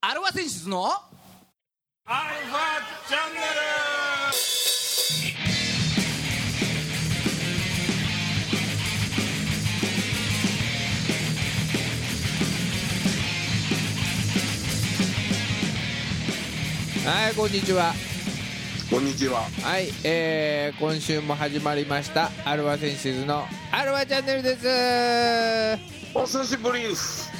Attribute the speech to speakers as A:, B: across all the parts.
A: アルファ選出の
B: アルファチャンネル
C: はいこんにちは
B: こんにちは
C: はいえー、今週も始まりましたアルファセンシズのアルファチャンネルです
B: お久しぶりです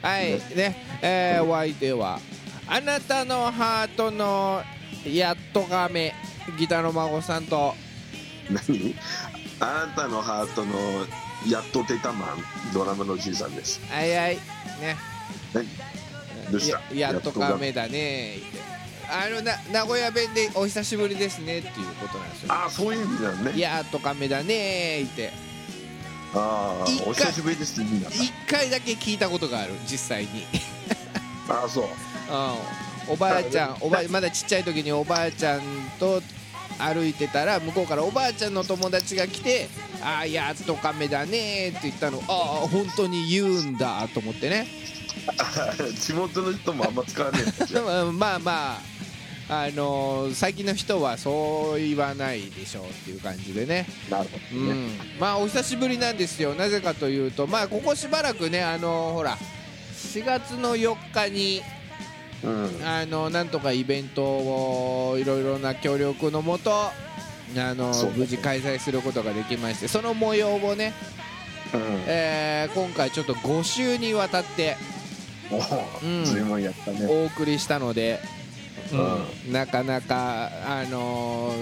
C: はいねえー、お相手はあなたのハートのやっとがめギターの孫さんと
B: 何あなたのハートのやっと出たマンドラマのじいさんです
C: はいはいね
B: 何どうした
C: ややっとがめだねあのな名古屋弁で「お久しぶりですね」っていうことなんですよ
B: ああそういう意味だ
C: 「
B: ね
C: やっとがめだね」って
B: あ
C: 一
B: あ
C: 回
B: お久しぶりですって意味なんだ
C: 一回だけ聞いたことがある実際に
B: ああそう
C: うんおばあちゃんおばあまだちっちゃい時におばあちゃんと歩いてたら向こうからおばあちゃんの友達が来て「ああやっとカメだね」って言ったのああ本当に言うんだと思ってね
B: 地元の人もあんま使わねえんだじ
C: で
B: ゃ
C: もうんまあまああのー最近の人はそう言わないでしょうっていう感じでね
B: あなるほ
C: う
B: どね、
C: ん、まあお久しぶりなんですよなぜかというとまあここしばらくねあのーほら4月の4日に
B: うん
C: あのなんとかイベントをいろいろな協力のもとあの
B: そう
C: 無事開催することができましてその模様をね、
B: うん
C: えー今回ちょっと5週にわたって
B: お
C: う
B: ー
C: ん
B: 随分やったね
C: お送りしたので、
B: う
C: なかなかあの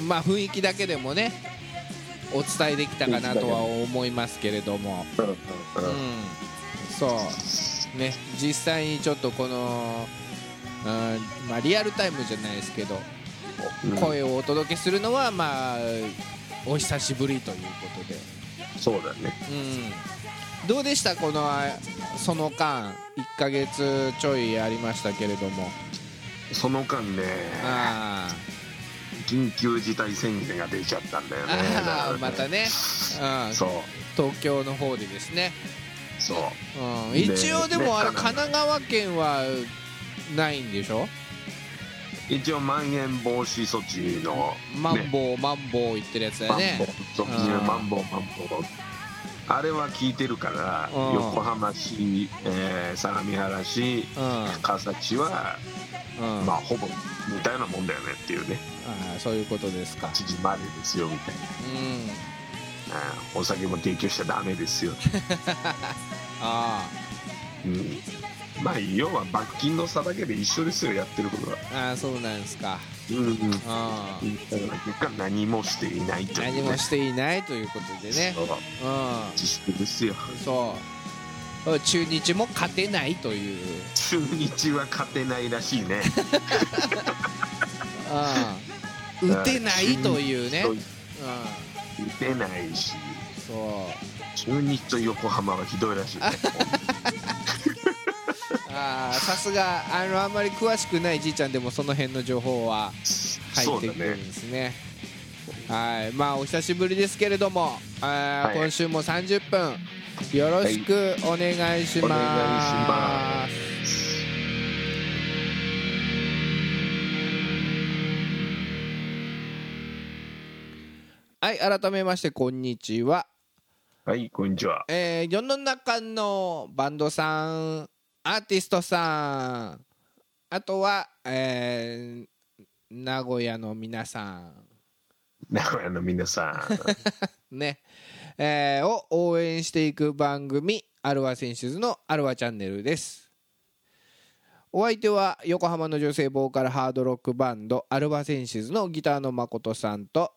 C: ーまあ雰囲気だけでもねお伝えできたかなとは思いますけれども、
B: うんう
C: う
B: んうん
C: ん、そうね実際にちょっとこの、うんまあ、リアルタイムじゃないですけど
B: うん
C: 声をお届けするのはまあお久しぶりということで、
B: そうだね
C: うん、どうでしたこのあその間1ヶ月ちょいありましたけれども
B: その間ね
C: あー
B: 緊急事態宣言が出ちゃったんだよね
C: あーまたね、うん、
B: そう
C: 東京の方でですね、
B: そう
C: うん、
B: ね
C: 一応でもあれ
B: ね
C: 神奈川県はないんでしょ
B: 一応まん延防止措置の
C: マンボウマンボウ言ってるやつだよね
B: そう
C: うん
B: マンボウマンボウあれは効いてるから
C: うん
B: 横浜市、えー相模原市
C: うん
B: 川崎市は、
C: うん
B: ま
C: あ
B: あほぼ似たようなもんだよねっていうね
C: ーそういうことですか
B: 知事までですよみたいな
C: うん
B: うんお酒も提供しちゃダメですよ、
C: あ
B: うん、まあ要は罰金の差だけで一緒ですよやってることは、
C: ーあーそうなんですか
B: うんうん、だか
C: あー
B: ら結果何もしていないという、ね、
C: 何もしていないということでね
B: そう
C: う
B: 自粛ですよ
C: んそう中日も勝てないという
B: 中日は勝てないらしいね
C: うん打てないというね
B: 中
C: うん
B: 日打てないし
C: そう
B: 中日と横浜はひどいらしい ね
C: あーさすがあのあんまり詳しくないじいちゃんでもその辺の情報は入
B: そ
C: っ
B: う
C: て
B: だ
C: くる
B: ね
C: んですねはいまあお久しぶりですけれども、あー
B: はい
C: 今週も30分よろしくお願いし
B: お願
C: ま
B: い
C: す、
B: します
C: はい改めましてこんにちは、
B: はいこんにちは
C: えー世の中のバンドさんアーティストさんあとは、えー名古屋の皆さん
B: 名古屋の皆さ
C: ね、えーを応援していく番組「アルワ選手図のアルワチャンネル」ですお相手は横浜の女性ボーカルハードロックバンドアルワセンシズのギターの誠さんと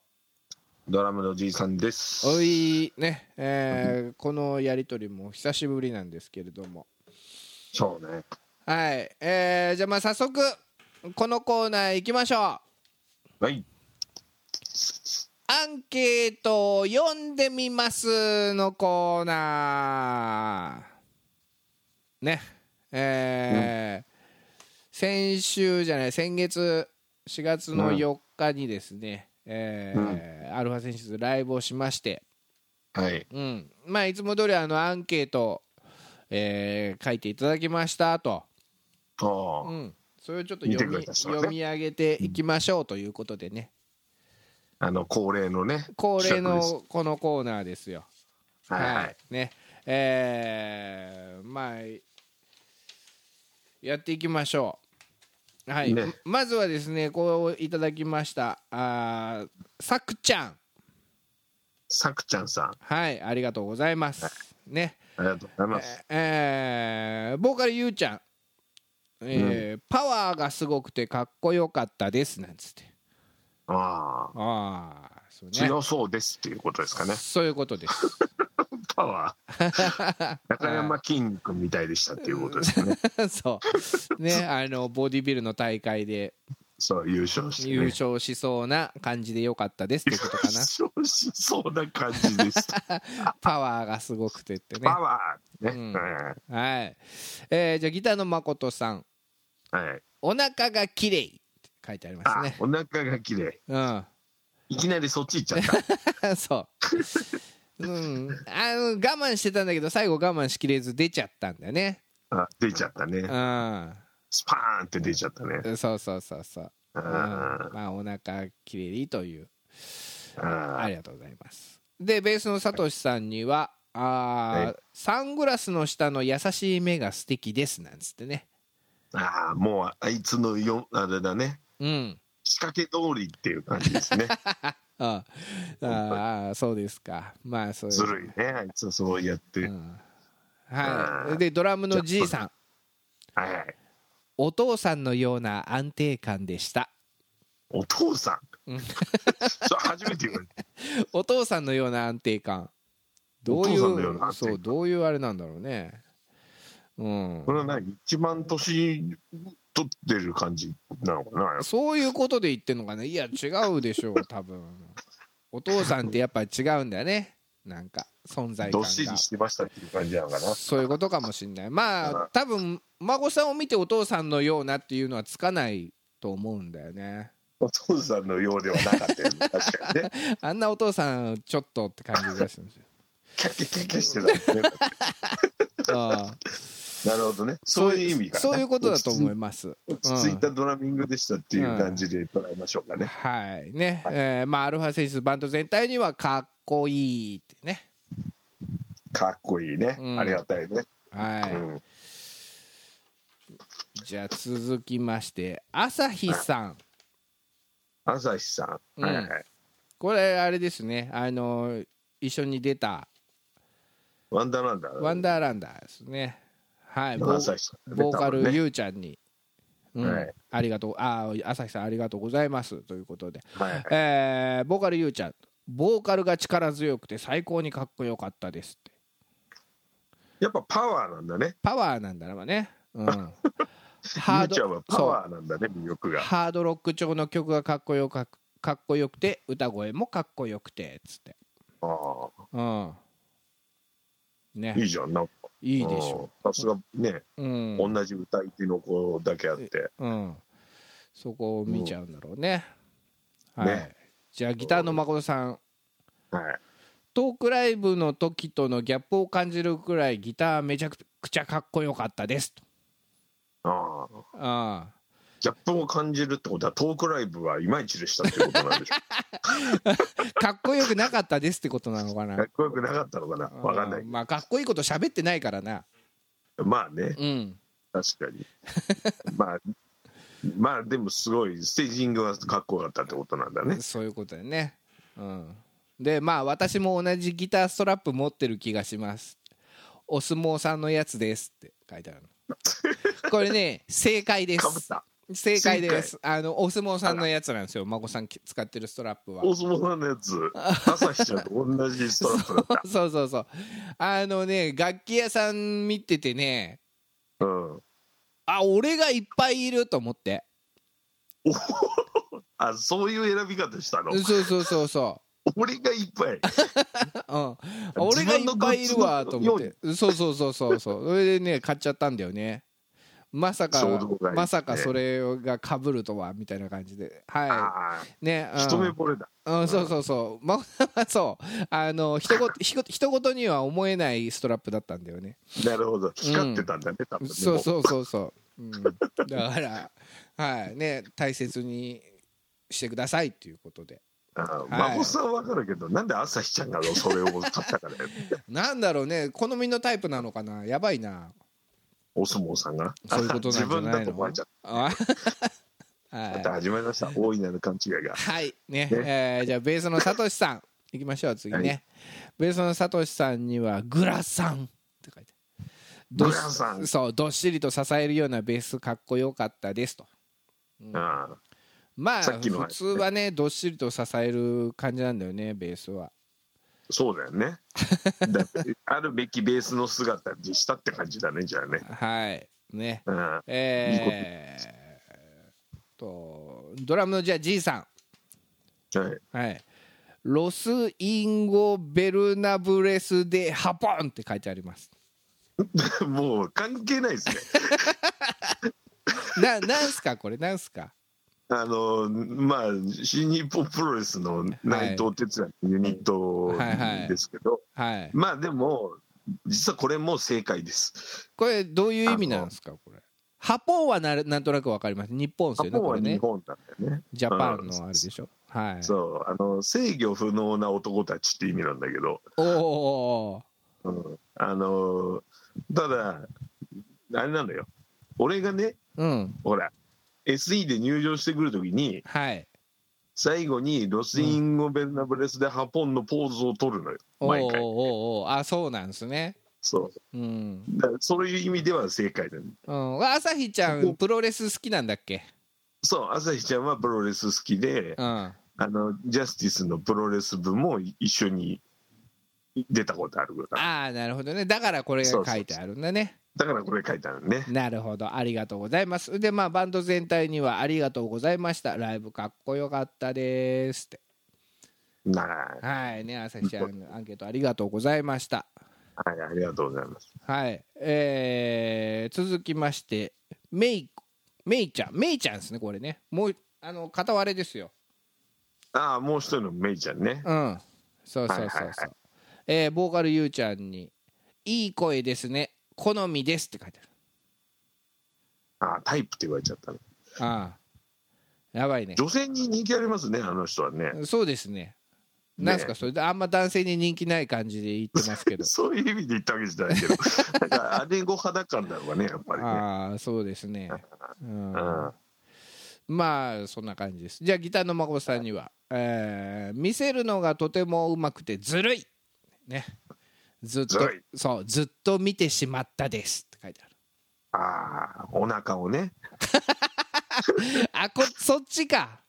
B: んドラムのじいさんです
C: おいね、えーこのやり取りも久しぶりなんですけれども
B: そうね
C: はい、えーじゃあまあ早速このコーナー行きましょう
B: はい
C: アンケートを読んでみますのコーナー。ね。えー先週じゃない、先月4月の
B: うん
C: 4日にですね、えーアルファ選手とライブをしまして、
B: はい
C: うんまあ、いつも通りあのアンケート、えー書いていただきましたと、う
B: あ
C: ん、それをちょっと
B: 見て
C: 読
B: くれ
C: み
B: た人はね
C: 読み上げていきましょうということでね
B: あの恒例のね
C: 恒例
B: 企
C: のこのコーナーですよ。
B: 画ですはいはい
C: ねえーまあやっていきましょうはい、
B: ね
C: まずはですねこういただきましたあーさくちゃん
B: さくちゃんさんあ
C: はいありがとうございます、ね
B: りがとうございます
C: えーボーカルゆうちゃん、えーパワーがすごくてかっこよかったですなんつって
B: ああ
C: ああそうね
B: 強そうですっていうことですかね
C: そういうことです
B: パワー中山筋肉みたいでしたっていうことですかね
C: そうねあのボディビルの大会で
B: そう優勝して、ね、
C: 優勝しそうな感じでよかったですってことか な
B: 優勝しそうな感じ でした
C: パワーがすごくてってね
B: パワーね、
C: うん
B: は
C: はい、えーじゃあギターの誠さん
B: いはい
C: 「お腹が綺麗って書いてあります
B: あ、
C: ね
B: お腹が綺麗いきなりそっち行っちゃった
C: うん そう、うん、あの我慢してたんだけど最後我慢しきれず出ちゃったんだよね
B: あ出ちゃったね
C: う
B: スパーンって出ちゃったね
C: んそうそうそうそう、
B: あ
C: うん、まあお腹綺麗という
B: ーあ
C: あ
B: ー
C: りがとうございます。で、ベースのさとしさんには、あー
B: はい
C: サングラスの下の優しい目が素敵ですなんつってね。
B: あーもうあいつのよあれだね
C: うん。
B: 仕掛け通りっていう感じですね
C: ああー、そうですか。まあ、 そういう
B: ずるいねあいつそうやって、
C: うん
B: あ
C: は
B: ー
C: い。で、ドラムのじいさん、
B: はいはい
C: お父さんのような安定感でした。
B: お父さ
C: うん
B: んそう初めて言われた
C: お父さんのような安定感。どうい
B: お父さんのような
C: う、
B: 安定感
C: そう、どういうあれなんだろうね。うん
B: こ。れは何一番年取ってる感じなのかなやっ
C: そういうことで言ってんのかないや違うでしょう多分お父さんってやっぱ違うんだよねなんか存
B: ぱ
C: 在感
B: どっし
C: が
B: りしてましたっていう感じなのかな
C: そういうことかもしんないま
B: う
C: あ
B: ん
C: 多分孫さんを見てお父さんのようなっていうのはつかないと思うんだよね
B: お父さんのようではなかったよね確かにね
C: あんなお父さんちょっとって感じがするんですよ
B: キャッキャッキャッキャしてたも んね
C: ああ
B: なるほどね そういう意味が、ね、
C: そういうことだと思います
B: 落ち着いたドラミングでしたっていう感じで捉えましょうかね、
C: はいね、えーまあアルファセンスバンド全体にはかっこいいってね
B: かっこいいね、
C: うん
B: ありがたいね、
C: はい、
B: うん
C: じゃあ続きまして朝日さん
B: 朝日さん、
C: うん
B: はいはい
C: これあれですねあの一緒に出た
B: ワンダーラン
C: 「
B: ダー
C: ワンダーランダー」ですねはいボ
B: の朝
C: ー
B: 日さん、ね、
C: ボーカ
B: 多
C: ル
B: 分ね
C: ゆうちゃんに、うん
B: はい
C: ありがとうあ朝日さんありがとうございますということで、
B: はいはい
C: えーボーカルゆうちゃんボーカルが力強くて最高にかっこよかったですって
B: やっぱパワーなんだね
C: パワーなんだろうね、うん、 ハ
B: ゆうちゃんはパ
C: そう
B: ワーなんだね魅力が
C: ハードロック調の曲がかっこよかかっこよくて歌声もかっこよくてつって
B: ああ
C: うん
B: い
C: ね
B: いじゃんなんか
C: いいでしょ
B: うんさすがね、
C: う、うん、
B: 同じ歌い手の子だけあって
C: うん、そこを見ちゃうんだろうね、
B: うん
C: はい、
B: ね
C: じゃあギターの誠さん
B: はい
C: トークライブの時とのギャップを感じるくらいギターめちゃくちゃかっこよかったですと
B: ああ
C: あ
B: ギャップを感じるってことはトークライブはいまいちでしたってことなんでしょ
C: あかっこよくなかったですってことなのか
B: う か
C: な
B: っこよくなかったのかなわかんな
C: う
B: い
C: まあかっこいいこと喋ってないからな
B: まあね
C: うん
B: 確かにまあまあでもすごいステージングはかっこよかったってことなんだね
C: そういうことだよねうんでまあ私も同じギターストラップ持ってる気がしますお相撲さんのやつですって書いてあるのこれね正解で
B: かぶっ
C: す
B: た
C: 正解ですあのお相撲さんのやつなんですよ孫さんき使ってるストラップは
B: 大相撲さんのやつ朝日ちゃんと同じストラップだ っ
C: そうそうそうあのね楽器屋さん見ててね
B: たうん
C: あ俺がいっぱいいると思って
B: あそういう選び方したの
C: そうそうそうそ、
B: 俺がいっぱいう
C: うん、 俺がいっぱいいるわと思ってそうそうそうそうそうそれでね買っちゃったんだよねまさか
B: 衝動買い
C: まさかそれがかぶるとはみたいな感じでは
B: あ
C: いね
B: あ、一目惚れだ。
C: うん、うんそうそうそう真央さんはそうあ のひとごひごひと事には思えないストラップだったんだよね
B: なるほど、光ってたんだね、多分ね。
C: そう
B: う。
C: そうそうそう、うん、だからはいね大切にしてくださいっていうことで
B: あ
C: い
B: 孫さんは分かるけど、なんで朝日ちゃんがそれを買ったからよ。
C: なんだろうね好みのタイプなのかなやばいな
B: お相撲さんが。
C: そういうことなんじゃないの
B: 自分だと思 われちゃっ
C: あ
B: た。また
C: は
B: 始まりました。大いなる勘違いが
C: い、。はい、ね、えーじゃあベースのさとしさんいきましょう次ね、
B: はい
C: ベースのさとしさんには「グラサン」って書いて
B: グラサン
C: そうどっしりと支えるようなベースかっこよかったですと
B: ああ
C: まあ
B: さっきの
C: 普通はねどっしりと支える感じなんだよねベースは
B: そうだ よね。だってあるべきベースの姿にしたって感じだね、じゃあね。
C: はいね
B: うん
C: えー、とドラムのじゃあじいさん
B: はい、
C: はい、ロス・インゴ・ベルナブレス・でハポンって書いてあります
B: もう関係ないですね。
C: な なんすかこれなんすか
B: あのまあ新日本プロレスの内藤哲也のユニットですけど、
C: はい
B: まあでも実はこれも正解です。
C: これどういう意味なんですかこれハポンはなるなんとなくわかります日本です
B: 日
C: よね
B: 本
C: こ
B: は
C: れ
B: 日
C: ね
B: 本なんだよね。
C: ジャパンのあれでしょはい
B: そうあの制御不能な男たちって意味なんだけど、
C: おーお
B: うん、あのただあれなのよ俺がね
C: ーおーうん
B: ほら SE で入場してくるときに
C: はい
B: 最後にロスインゴ・ベルナブレスでハポンのポーズを取るのよ
C: おーお
B: 毎
C: ー
B: 回
C: おーおーあそうなんですね
B: そ
C: う
B: う
C: ん、
B: だからそういう意味では正解だね
C: うん、朝日ちゃんプロレス好きなんだっけ
B: そう朝日ちゃんはプロレス好きで、
C: うん
B: あのジャスティスのプロレス部も一緒に出たことあるから
C: ああなるほどねだからこれが書いてあるんだね
B: だからこれ書いてあるね
C: なるほどありがとうございますでまあバンド全体にはありがとうございましたライブかっこよかったですって
B: な
C: はいね朝日ちゃんアンケートありがとうございました
B: あ、はい、ありがとうございます
C: はいえー、続きましてメイメイちゃんメイちゃんですねこれねもうあの片割れですよ
B: ああもう一人のメイちゃんね
C: うんそうそうそうそう、
B: はいはいはい
C: えーボーカルゆうちゃんに「いい声ですね好みです」って書いてある
B: ああタイプって言われちゃったね
C: ああやばいね
B: 女性に人気ありますねあの人はね
C: そうですね。なんすか、
B: ね
C: それであんま男性に人気ない感じで言ってますけど。
B: そういう意味で言ったわけじゃ ないけどなんか姉御肌感だろうねやっぱりね
C: ああ、そうですね。うん
B: うん
C: まあ、そんな感じです。じゃあ、ギターの孫さんには、えー見せるのがとてもうまくてずるい。ね。ずっと
B: ずる
C: そう、ずっと見てしまったですって書いてある。
B: ああお腹をね
C: あ、こ、そっちか。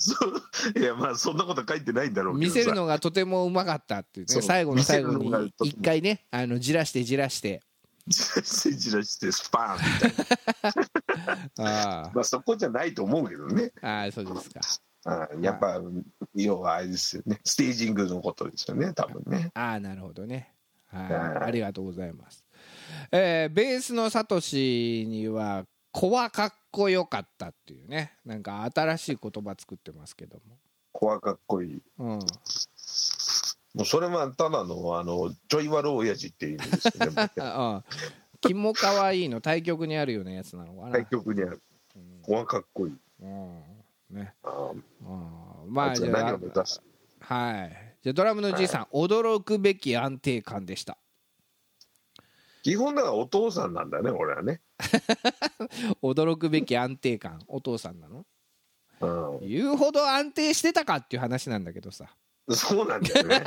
B: そういやまあそんなこと書いてないんだろう
C: 見
B: けどさ
C: せるのがとてもうまかったっていう
B: そ
C: ね。
B: う
C: 最後の最後
B: 見せるのが
C: に
B: とても
C: 一回ね、あの、じらしてじらして。
B: せじらして スパーンみたいな
C: あ
B: まあそこじゃないと思うけどね
C: ーあー、そうですか。
B: あやっぱ要はあれですよねステージングのことですよね多分ね
C: ああなるほどねはい
B: はい
C: ありがとうございます、えーベースのサトシには「子はかっこよかった」っていうねなんか新しい言葉作ってますけど
B: 怖かっこいい
C: も、うん、
B: もうそれはただのあのちょい悪親父っていう意味です よね
C: ああキモかわいいの対局にあるようなやつなのかな、
B: 対局にある怖かっこいい
C: うんね
B: あー
C: うん
B: あ
C: まあ
B: いつ
C: じ
B: は
C: ゃ
B: 何
C: あ
B: を目指す
C: はいじゃあドラムのじいさん、驚くべき安定感でした
B: 基本だからお父さんなんだね俺はね
C: 驚くべき安定感お父さんなの
B: うん
C: 言うほど安定してたかっていう話なんだけどさ
B: そうなんだよね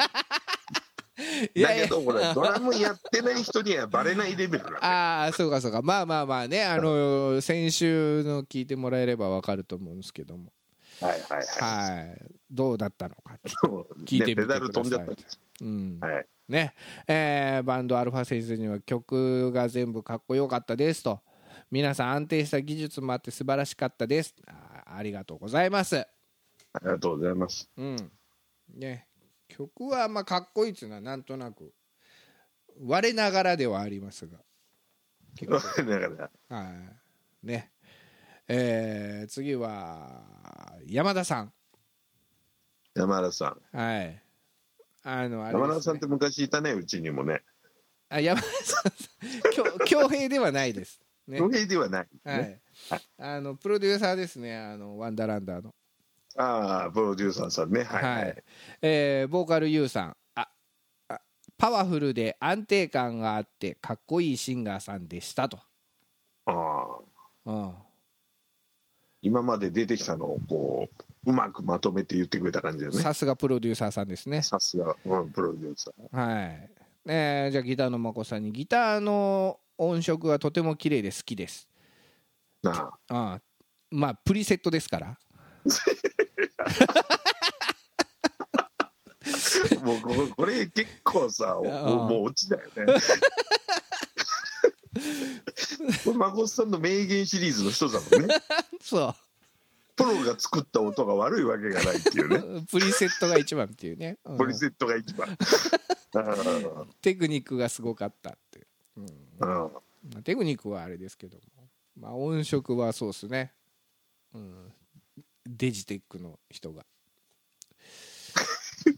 C: い
B: だ
C: やいや
B: けどほらドラムやってない人にはバレないレベルなんだよ
C: ああそうかそうかまあまあまあねあの先週の聞いてもらえればわかると思うんですけども
B: はいはいはい
C: はいどうだったのかちょっ
B: そ
C: と
B: う
C: 聞いてみて
B: ね
C: く
B: ペ
C: だ
B: ダ
C: さい
B: ル飛んじゃった
C: うん
B: はい
C: ねえーバンドアルファ先生には曲が全部かっこよかったですと皆さん安定した技術もあって素晴らしかったですあーありがとうございます
B: ありがとうございます
C: うんね曲はまあかっこいいっていうのはなんとなく我ながらではありますが
B: だから
C: はいねえー次は山田さん
B: 山田さん
C: はいあのあれですね
B: 山田さんって昔いたねうちにもね
C: あ山田さん強 兵ではないですね
B: ロヘイではない、ね
C: はいあのプロデューサーですねあのワンダーランダーの
B: ああプロデューサーさんねは、
C: はいい、
B: はい、
C: えーボーカル YOU さんああパワフルで安定感があってかっこいいシンガーさんでしたと、
B: ああ
C: うん、
B: 今まで出てきたのをこううまくまとめて言ってくれた感じだよね
C: さすがプロデューサーさんですね
B: さすが、うん、プロデューサー
C: はい、えーじゃあギターのまこさんにギターの音色がとても綺麗で好きです
B: なあ
C: ああまあプリセットですから
B: もうこここれ結構さお
C: や
B: もうもう落ちだ よねこれ孫さんの名言シリーズの一つだもんね
C: そ
B: プロが作った音が悪いわけがないっていうね
C: うプリセットが一番っていうね、うん
B: ポリセットが一番
C: テクニックがすごかったっていう、
B: うんうん
C: まあテクニックはあれですけども、まあ、音色はそうですね、うん、デジテックの人が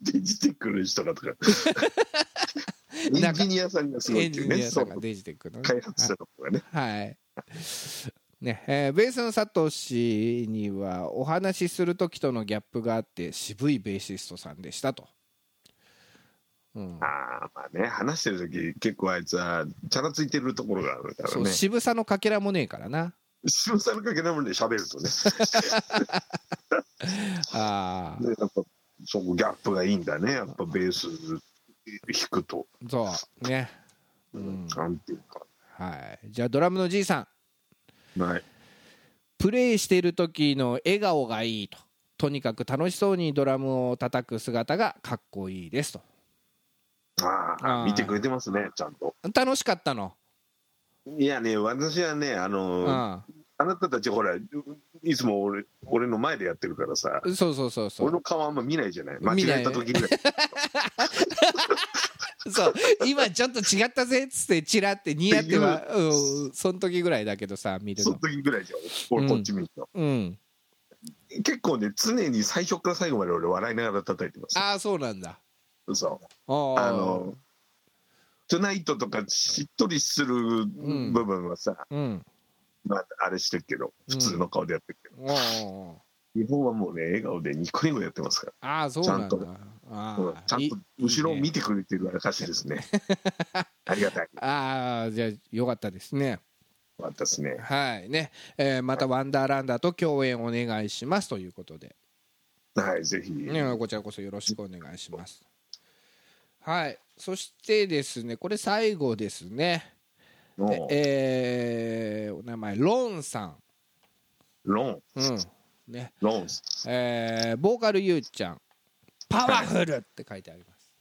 B: デジテックの人がと かエンジニアさんがすごい
C: エ
B: っ
C: ン
B: てい
C: ジ
B: う
C: ニ
B: ね
C: アさ
B: そ
C: んが
B: う
C: デジテックの、ね、
B: 開発者の方がね
C: はい。ねえーベースのサトシにはお話しする時とのギャップがあって渋いベーシストさんでしたと、うん、
B: ああまあね話してる時結構あいつはチャラついてるところがあるから
C: そう
B: ね
C: 渋さのかけらもねえからな
B: 渋さのかけなもんで喋るとね
C: あー
B: でやっぱそこギャップがいいんだねやっぱベース弾くと、
C: そうね
B: うん、なんていうか
C: はいじゃあドラムのじいさん
B: ない
C: プレイしている時の笑顔がいいととにかく楽しそうにドラムを叩く姿がかっこいいですと
B: あ
C: あ
B: あ
C: ー
B: 見てくれてますねちゃんと
C: 楽しかったの、
B: いやね私はねあのあ
C: う
B: なたたちほらいつも俺俺の前でやってるからさ
C: ん、そうそうそうそう
B: 俺の顔あんま見ないじゃない間
C: 見ない
B: 違えた時 に
C: そう今ちょっと違ったぜっつってチラってニヤってはうんその時ぐらいだけどさ見る
B: その
C: の
B: 時ぐらいじゃん俺こっち見ると、
C: うん
B: 結構ね常に最初から最後まで俺笑いながら叩いてます
C: ああそうなんだ
B: そう
C: あー
B: あの「トゥナイト」とかしっとりする部分はさ、
C: うん
B: まあ、あれしてるけど普通の顔でやってるけど、
C: おー
B: 日本はもうね笑顔でニコニコやってますか
C: ああそうなんだ
B: ちゃんと
C: あ
B: ら、うんちゃ
C: ー
B: ん
C: い
B: と後ろを
C: いいね
B: 見てくれてる証です ねありがたいよ
C: ああじゃあよかったですね
B: かったですね
C: はいね、えーまた「ワンダーランダー」と共演お願いしますということで、
B: はいぜひ、
C: ね、こちらこそよろしくお願いしますはいそしてですねこれ最後ですね
B: の
C: えーお名前ロンさん
B: ロン
C: うんね
B: ロン
C: えーボーカルゆうちゃん「パワフル」って書いてあります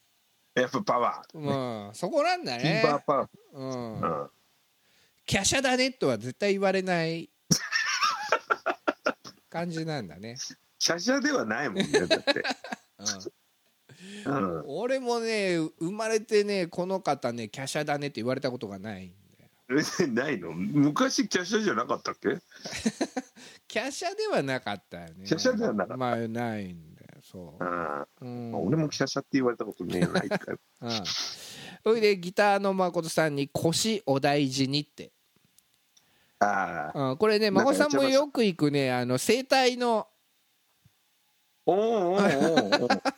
B: やっぱパワー、
C: うんそこなんだ
B: フィ
C: ね
B: ーバーパワー、
C: うん
B: うん
C: 華奢だねとは絶対言われない感じなんだね、
B: シャシャではないもん ねだって、
C: う
B: うん
C: ん、俺もね生まれてねこの方ね華奢だねって言われたことがないんで
B: えないの昔キャシャじゃなかったっけ
C: 華奢ではなかったよね
B: 華奢ではなかった
C: まあないんだよそ
B: あ
C: う、う
B: ー、
C: ん、
B: 俺もキャシャって言われたことねえないから
C: うんそれでギターの誠さんに「腰お大事に」って
B: ああ
C: うん、これね、
B: なんか
C: 孫さんもよく行くね、あの整体の
B: おおおー おー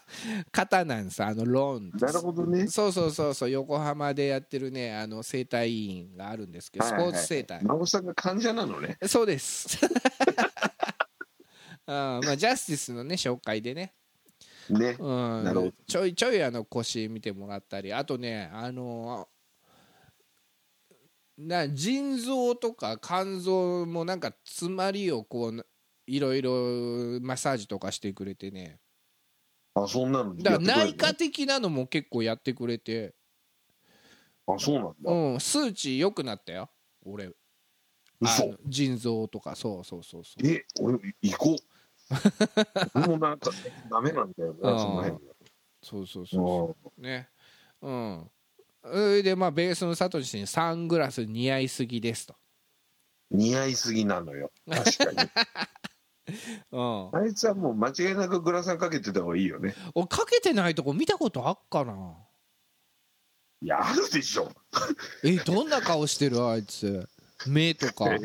C: 方なんです、あのローン
B: なるほどね
C: そうそうそうそう、横浜でやってるね、あの整体院があるんですけど、スポーツ整体、
B: はいはいはい孫さんが患者なのね
C: そうです。 あまあ、ジャスティスのね紹介でね、
B: ね
C: う
B: なるほど
C: ん、ちょいちょいあの腰見てもらったりあとねあのな腎臓とか肝臓もなんか詰まりをこういろいろマッサージとかしてくれてね
B: あそんなの
C: だから
B: やって
C: 内
B: くれ
C: 科的なのも結構やってくれて、
B: るのあそうなんだ、
C: うん、数値良くなったよ俺あ
B: 嘘
C: の腎臓とかそうそうそうそう
B: え俺行 こう俺もなんかダメなんだよねそ
C: あー
B: の辺
C: そうそうそうそ
B: そう
C: ねうんそれでまあベースのサトシにサングラス似合いすぎですと
B: う似合いすぎなのよ確か に
C: うん
B: あいつはもう間違いなくグラサンかけてた方がいいよね
C: 俺かけてないとこ見たことあっかない
B: やあるでしょ
C: えどんな顔してるあいつ目とか
B: え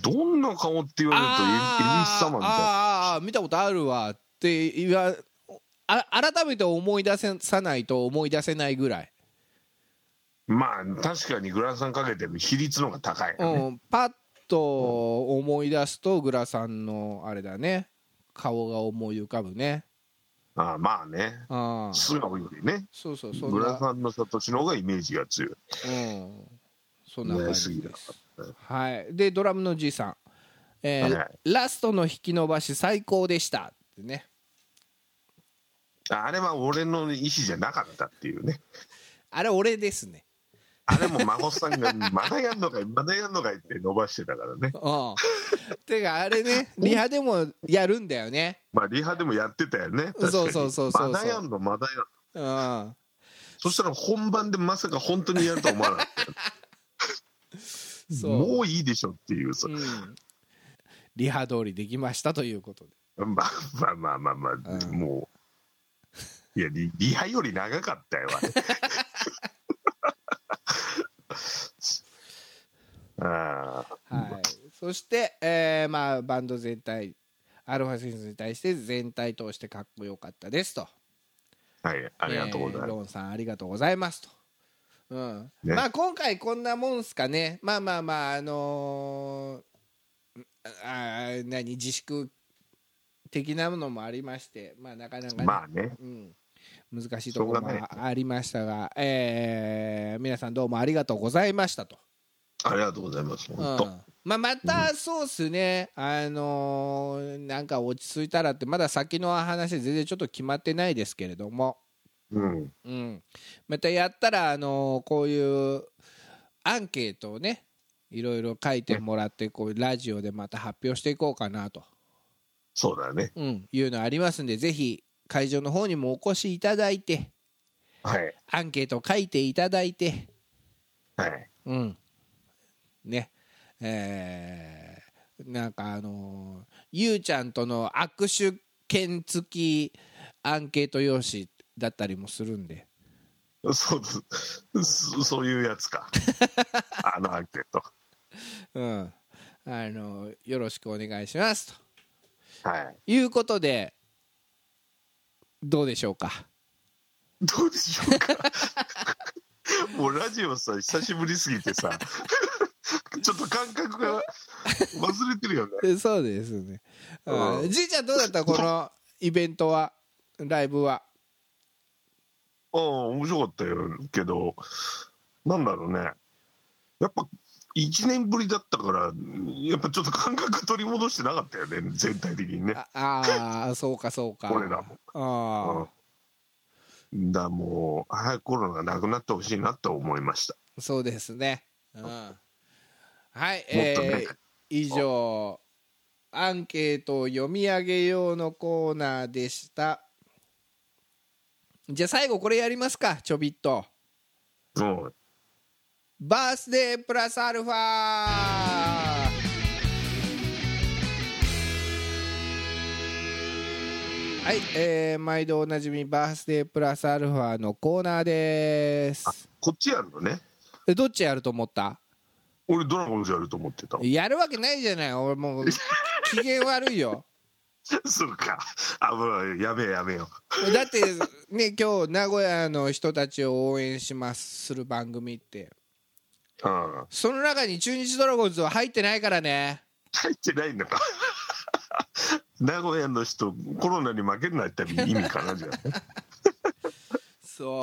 B: どんな顔って言われるとえびす様みた
C: あー
B: いな
C: あーあー見たことあるわって言わあ改めて思い出せさないと思い出せないぐらい、
B: まあ確かにグラサンかけてる比率の方が高いよね、
C: うん、パッと思い出すとグラさんのあれだね顔が思い浮かぶね
B: ああまあね
C: ああ
B: 素直よりね
C: そうそうそん
B: グラ
C: な、
B: サンの人たちの方がイメージが強い
C: うん、そんな
B: 似合
C: 感
B: いす
C: じ
B: ぎだ
C: で
B: か
C: す
B: ら
C: はい、でドラムのじいさん、えー
B: はい
C: ラストの引き伸ばし最高でした」ってね
B: あれは俺の意思じゃなかったっていうね。
C: あれ俺ですね
B: あれも孫さんが、 まだやんのかい、まだやんのかいって伸ばしてたからね。
C: うん てかあれねリハでもやるんだよね
B: まあ、リハでもやってたよね。確かに
C: そうそうそうそうそう
B: まだやんの、まだやんの。
C: うん
B: そしたら本番でまさか本当にやるとは思わなかったよ。
C: そう
B: もういいでしょっていうさ。
C: うんリハ通りできましたということで
B: まあまあまあまあまあ、
C: うん
B: もう。いやリ、リハより長かったよ、 あれ。ああ、
C: はい、そして、えーまあ、バンド全体アルファセンスに対して全体通してかっこよかったですと
B: はい、ありがとうござ
C: えー
B: いま
C: ロンさんありがとうございますと、うん
B: ね
C: まあ今回こんなもんすかねまあまあまああのーあー何自粛的なものもありましてまあなかなか
B: す。
C: ね、
B: まあね。
C: うん、難しいところも
B: しょうが
C: ありましたがえー皆さんどうもありがとうございましたと。
B: ありがとうございます。本
C: う
B: 当。
C: んまあ、またそうっすね、あのーなんか落ち着いたらって、まだ先の話、全然ちょっと決まってないですけれども、
B: うん。
C: うん、またやったら、あのーこういうアンケートをね、いろいろ書いてもらって、こうラジオでまた発表していこうかなと、
B: そうだね。
C: うん、いうのありますんで、ぜひ会場の方にもお越しいただいて、
B: はい。
C: アンケート書いていただいて、
B: はい。
C: うん。ね。えーなんかあのーゆうちゃんとの握手券付きアンケート用紙だったりもするんで。
B: そうです。そそういうやつ か。あのアンケート。
C: うん。あのーよろしくお願いします。と
B: はい。
C: いうことで、どうでしょうか。
B: どうでしょう か。もうラジオさ、久しぶりすぎて さ、ちょっと感覚が忘れてるよね。
C: えそうですね。あ
B: うん
C: じいちゃんどうだったこのイベントは、ライブは。
B: ああ、面白かったよけど、なんだろうね。やっぱ、1年ぶりだったから、やっぱちょっと感覚取り戻してなかったよね、全体的にね。
C: ああー、そうかそうか。
B: 俺らも
C: ああ。
B: うんだからもう早くコロナなくなってほしいなと思いました
C: そうですね。うん、はい、
B: もっ
C: え
B: とね
C: ー以上アンケートを読み上げようのコーナーでした。じゃあ最後これやりますかちょびっと。
B: うん
C: バースデープラスアルファはい、えー毎度おなじみバースデープラスアルファのコーナーです。
B: こっちやるのね
C: えどっちやると思った
B: 俺ドラゴンズやると思ってた
C: やるわけないじゃない俺もう機嫌悪いよ
B: そうか危ないやべえやべえよ
C: だってね今日名古屋の人たちを応援しますする番組って
B: うん入
C: その中に中日ドラゴンズは入ってないからね
B: ってないのか 名古屋の人コロナに負けるなって意味かなじゃあ
C: そ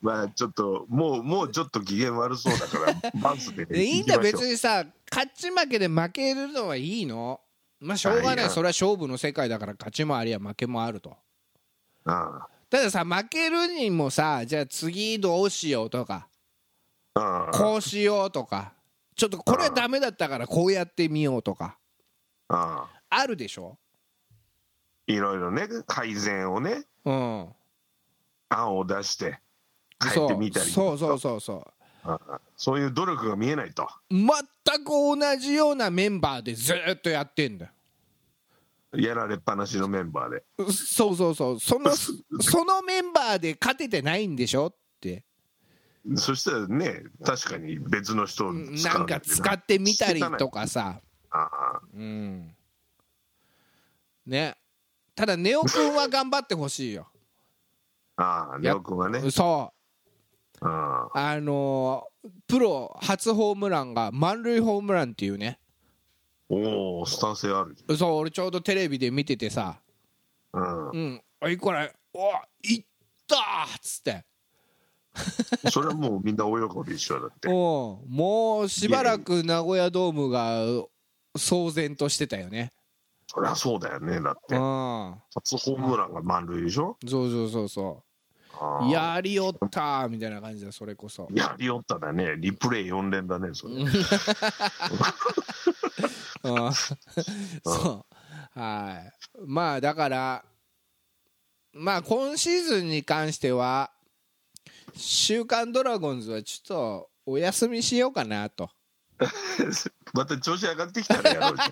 B: まあちょっともうもうちょっと機嫌悪そう だからバンスで
C: うでいいんだ別にさ勝ち負けで負けるのはいいのまあしょうが
B: い
C: な
B: や
C: い
B: いや
C: それは勝負の世界だから勝ちもありや負けもあると
B: あ
C: たださ負けるにもさじゃあ次どうしようとか
B: あああ
C: こうしようとかちょっとこれはダメだったからこうやってみようとか
B: ああ
C: あるでしょ
B: いろいろね改善をね
C: うん
B: 案を出して変
C: そ
B: え
C: う
B: てみたり
C: そうそうそうそう
B: はいそういう努力が見えないと。
C: 全く同じようなメンバーでずーっとやってんだよ
B: やられっぱなしのメンバーで。
C: うそうそうそうそのそのメンバーで勝ててないんでしょって
B: そしたらね、確かに別の人を使
C: なんか使ってみたりと
B: か。
C: かさ
B: ああ
C: うんねただネオくんは頑張ってほしいよ
B: ああ、ネオ君はね。
C: そう
B: ああ
C: あのープロ初ホームランが満塁ホームランっていうね
B: おお、スタンス性あるじ
C: そう俺ちょうどテレビで見ててさ
B: ゃん。
C: 「うんおいこれおいった!」っつって
B: うん。それはもうみんな大喜び一緒だって。
C: おうもうしばらく名古屋ドームが騒然としてたよね
B: そりゃそうだよね。だっ
C: う
B: て
C: ん、そ
B: 初ホームランが満塁でしょ
C: うそうそうそ
B: ああ
C: うやりおったーみたいな感じだそれこそ
B: やりよっただね。リプレイ4連だね、それ。
C: うんそうはいまあだからまあ今シーズンに関しては「週刊ドラゴンズ」はちょっとお休みしようかなと
B: また調子上がってきたね、やろうじゃ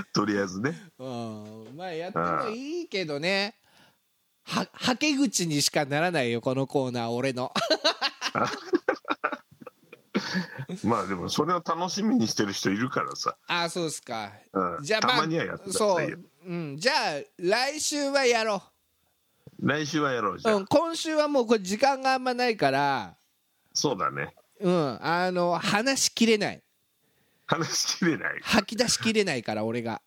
B: ん とりあえずね。
C: うんまあやってもいいけどねははけ口にしかならないよこのコーナー俺の
B: まあでも、それを楽しみにしてる人いるからさ。
C: ああそうですか
B: うん
C: じゃあ
B: た
C: ま
B: ま
C: あ
B: にはやってくだ
C: そ
B: さいよ
C: う、うん、じゃあ来週はやろ
B: 来週はやろうじ
C: う、
B: ゃん、
C: うん、今週はもうこれ時間があんまないから
B: そうだね
C: うんあの話しきれない
B: 話しきれない
C: 吐き出しきれないから俺が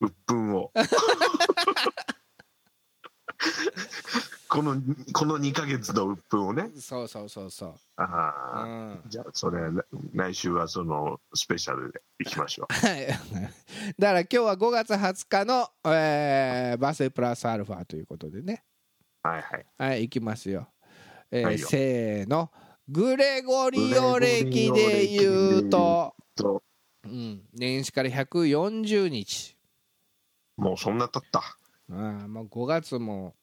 B: 鬱 憤をこのこの2か月の鬱憤をね
C: そうそうそうそうう
B: ああ
C: ん
B: じゃあそれ来来週はそのスペシャルでいきましょ
C: はいだから今日は5月20日の、えーバースデープラスアルファということでね
B: うはいはい
C: はい行きますよ,、えー
B: はいよ
C: せーのグレゴリオ歴で言うと、
B: と
C: うん、年始から140日
B: もうそんな経った
C: あーもう5月も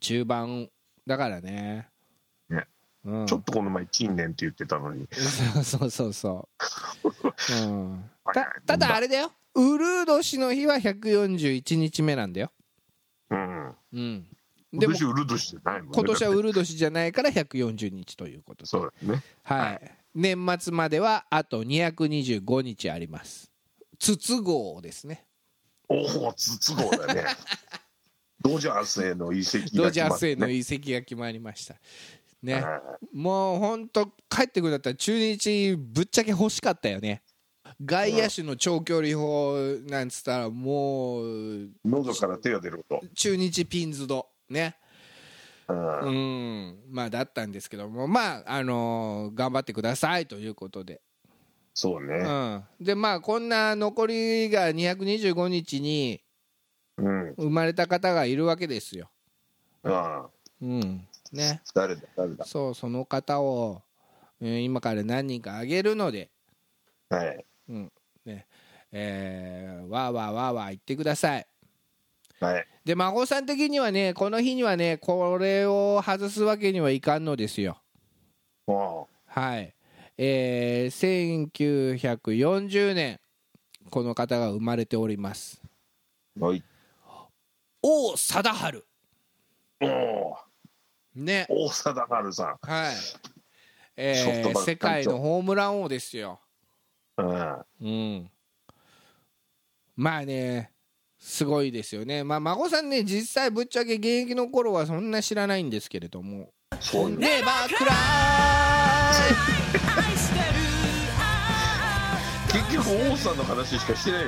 C: 中盤だからね
B: ね
C: うん、
B: ちょっとこの前近年って言ってたのに
C: そう そうそうそう、うん、たただあれだよウルー年の日は141日目なんだよ、
B: うん
C: うん、で
B: 今
C: も
B: 年ウルドシじゃないもんね
C: 今年は
B: だ
C: ウ
B: って
C: ルー年じゃないから140日ということで、
B: そうだね
C: は、
B: はい
C: 年末まではあと225日あります筒号ですね
B: おお筒香 だねドジャースへの移籍
C: ド
B: が
C: ジ
B: 決
C: ャ
B: ま
C: ー
B: っ
C: ス
B: て
C: への
B: ね
C: 移籍が決まりましたね
B: はい
C: もう本当帰ってくるんだったら中日ぶっちゃけ欲しかったよね外野手の長距離砲なんつったらもう
B: 喉から手が出るこ
C: 中日ピンズドね
B: と、うん
C: うんまあだったんですけどもまああのー頑張ってくださいということで、
B: そう
C: う
B: ね、
C: ん、でまあこんな残りが225日に
B: うん
C: 生まれた方がいるわけですよ、
B: ああ
C: うん、ね
B: 誰だ誰だ
C: そうその方を、うん今から何人かあげるので
B: はい
C: えー、わーわーわーわー言ってください
B: はい
C: で孫さん的にはねこの日にはねこれを外すわけにはいかんのですよ
B: も
C: はいえー、1940年この方が生まれております
B: うはい
C: 王貞治
B: おお
C: ね
B: 大貞治さ
C: はい
B: ソフ
C: え
B: ト
C: ー、
B: バンク
C: 世界のホームラン王ですよ
B: んうん
C: うんまあねすごいですよねまあ孫さんね実際ぶっちゃけ現役の頃はそんな知らないんですけれども
B: そうね
C: ネバークライ
B: 結局王さんの話しかしてない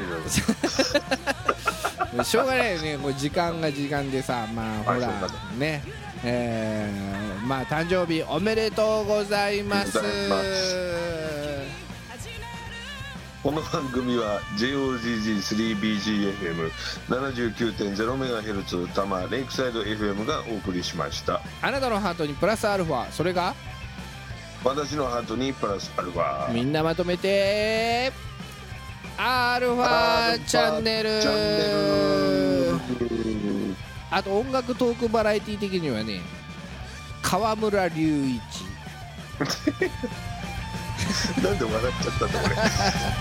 B: よ
C: しょうがないよねもう時間が時間でさまあほ
B: はい
C: ら
B: そうだ
C: ねえーまあ誕生日おめでとうございます
B: おめでとうございこの番組は JOGG3BGFM79.0MHz 多摩レイクサイド FM がお送りしました
C: あなたのハートにプラスアルファそれが
B: 私のハートにプラスアルファ
C: みんなまとめてアルファチャンネル
B: チャンネル
C: あと音楽トークバラエティ的にはね河村隆一
B: なんで笑っちゃったんだこれ。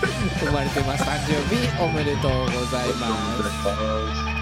C: 生まれてます誕生日おめでとうございます
B: あー